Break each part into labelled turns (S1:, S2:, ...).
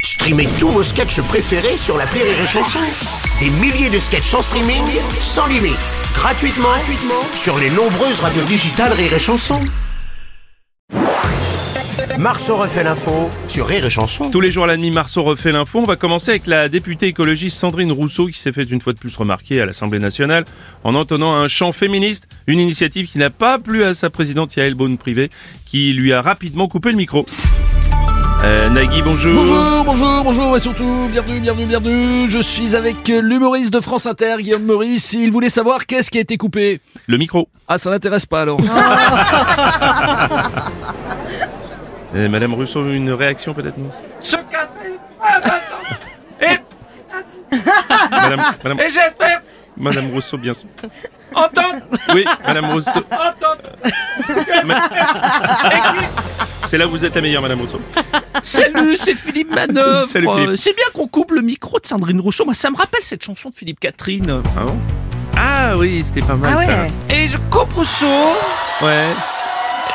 S1: Streamez tous vos sketchs préférés sur la Rire et Chanson. Des milliers de sketchs en streaming, sans limite, gratuitement, gratuitement sur les nombreuses radios digitales Rire et Chanson. Marceau refait l'info sur Rire et Chanson.
S2: Tous les jours à la nuit, Marceau refait l'info. On va commencer avec la députée écologiste Sandrine Rousseau qui s'est fait une fois de plus remarquer à l'Assemblée nationale en entonnant un chant féministe, une initiative qui n'a pas plu à sa présidente Yael Bonne-Privé qui lui a rapidement coupé le micro. Euh, Nagui, bonjour.
S3: Bonjour, bonjour, bonjour et surtout bienvenue, bienvenue, bienvenue. Je suis avec l'humoriste de France Inter, Guillaume Maurice. Il voulait savoir qu'est-ce qui a été coupé.
S2: Le micro.
S3: Ah, ça n'intéresse pas alors.
S2: Euh, Madame Rousseau, une réaction peut-être non
S4: ce café à 20 ans. Et,
S2: Madame, Madame,
S4: et j'espère
S2: Madame Rousseau, bien sûr.
S4: entendre,
S2: Oui, Madame Rousseau.
S4: entendre.
S2: C'est là où vous êtes la meilleure, Madame Rousseau.
S5: Salut, c'est Philippe Manœuvre.
S2: Salut, Philippe.
S5: Euh, C'est bien qu'on coupe le micro de Sandrine Rousseau. Moi, ça me rappelle cette chanson de Philippe Catherine.
S2: Ah bon Ah oui, c'était pas mal ça.
S5: Et je coupe Rousseau.
S2: Ouais.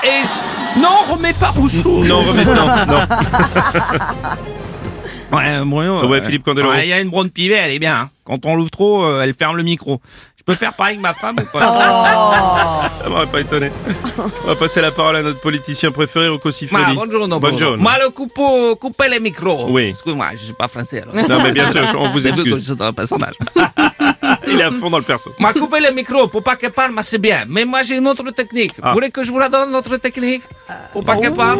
S5: Et je- non, remets pas Rousseau.
S2: Non, remets non, non.
S5: Ouais, moyen.
S2: Ouais, Philippe Candeloro.
S5: Ouais, Il y a une bronze pivée, elle est bien. hein. Quand on l'ouvre trop, euh, elle ferme le micro. Je peux faire pareil que ma femme ou pas
S2: Ça m'aurait pas étonné. On va passer la parole à notre politicien préféré, Rocco Siffredi.
S5: Ah, Bonjour, non, bonjour.
S2: Bonjour.
S5: Moi, le coupeau, couper les micros.
S2: Oui.
S5: Excuse-moi, je suis pas français alors.
S2: Non, mais bien sûr, on vous
S5: C'est vrai que
S2: excuse.
S5: je suis un personnage.
S2: Il est à fond dans le perso.
S5: M'a coupé le micro pour pas qu'elle parle, mais c'est bien. Mais moi, j'ai une autre technique.
S2: Ah.
S5: Vous voulez que je vous la donne, notre technique Pour pas qu'elle parle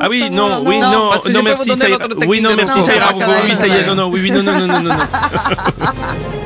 S2: Ah oui, non, oui,
S5: non,
S2: non,
S5: parce que
S2: non,
S5: je peux vous
S2: merci,
S5: donner
S2: ça ira.
S5: votre technique
S2: Oui, non,
S5: de
S2: merci,
S5: non.
S2: ça ira.
S5: Ça va,
S2: Oui,
S5: ça
S2: ça
S5: va,
S2: ira. Non, non, oui, oui, non, non, non, non, non.